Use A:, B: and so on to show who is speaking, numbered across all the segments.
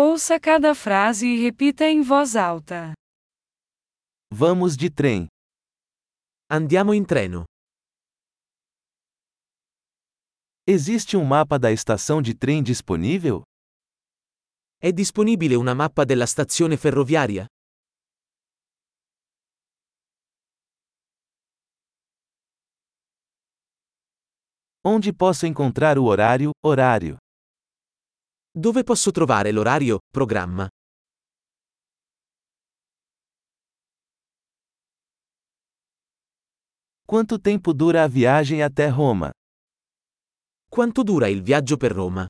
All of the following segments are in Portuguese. A: Ouça cada frase e repita em voz alta.
B: Vamos di trem.
C: Andiamo in treno.
B: Existe um mapa da estação de trem disponível?
C: È disponibile una mappa della stazione ferroviaria?
B: Onde posso encontrar o horário, horário?
C: Dove posso trovare l'orario, programma?
B: Quanto tempo dura a viagem até Roma?
C: Quanto dura il viaggio per Roma?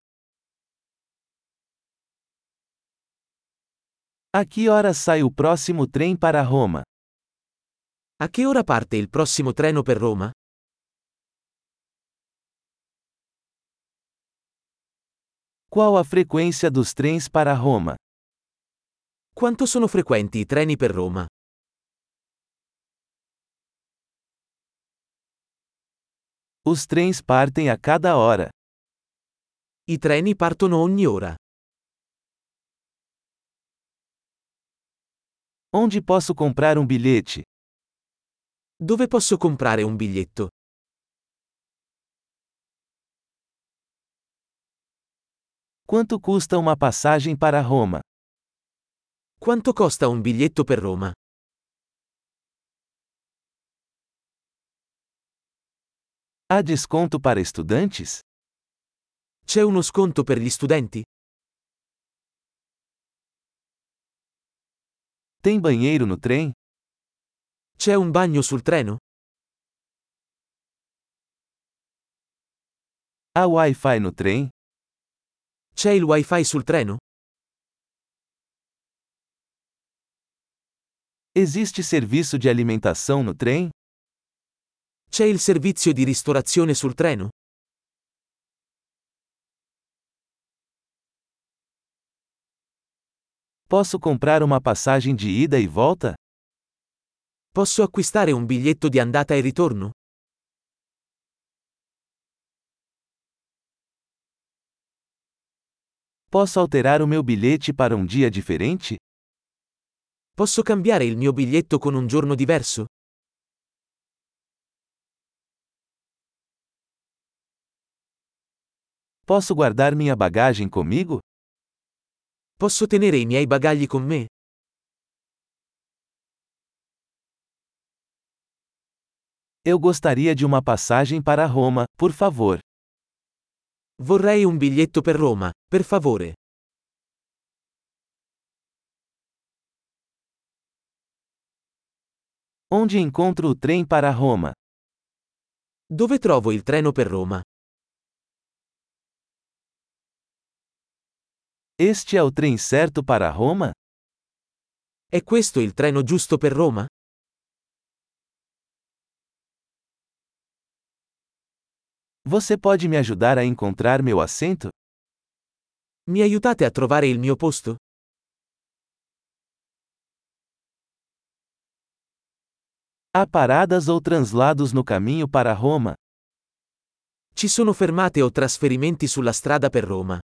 B: A que horas sai o próximo trem para Roma?
C: A che ora parte il prossimo treno per Roma?
B: Qual a frequência dos trens para Roma?
C: Quanto sono frequenti i treni per Roma?
B: Os trens partem a cada hora.
C: I treni partono ogni ora.
B: Onde posso comprar um bilhete?
C: Dove posso comprare un biglietto?
B: Quanto custa uma passagem para Roma?
C: Quanto costa un biglietto per Roma?
B: Há desconto para estudantes?
C: C'è uno sconto per gli studenti?
B: Tem banheiro no trem?
C: C'è un bagno sul treno?
B: Há Wi-Fi no trem?
C: C'è il wifi sul treno?
B: Existe serviço de alimentação no trem?
C: C'è il servizio di ristorazione sul treno?
B: Posso comprar uma passagem de ida e volta?
C: Posso acquistare un biglietto di andata e ritorno?
B: Posso alterar o meu bilhete para um dia diferente?
C: Posso cambiare il mio biglietto con un giorno diverso?
B: Posso guardar minha bagagem comigo?
C: Posso tenere i miei bagagli con me?
B: Eu gostaria de uma passagem para Roma, por favor.
C: Vorrei un biglietto per Roma, per favore.
B: Onde encontro o trem para Roma?
C: Dove trovo il treno per Roma?
B: Este é o trem certo para Roma?
C: È É questo il treno giusto per Roma?
B: Você pode me ajudar a encontrar meu assento?
C: Mi aiutate a trovare il mio posto?
B: Há paradas ou translados no caminho para Roma?
C: Ci sono fermate o trasferimenti sulla strada per Roma?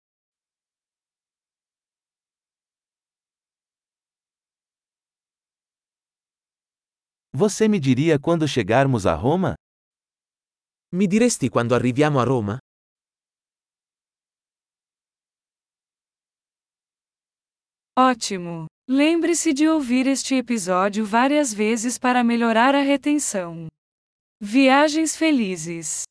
B: Você me diria quando chegarmos a Roma?
C: Mi diresti quando arriviamo a Roma?
A: Ótimo! Lembre-se de ouvir este episódio várias vezes para melhorar a retenção. Viagens felizes!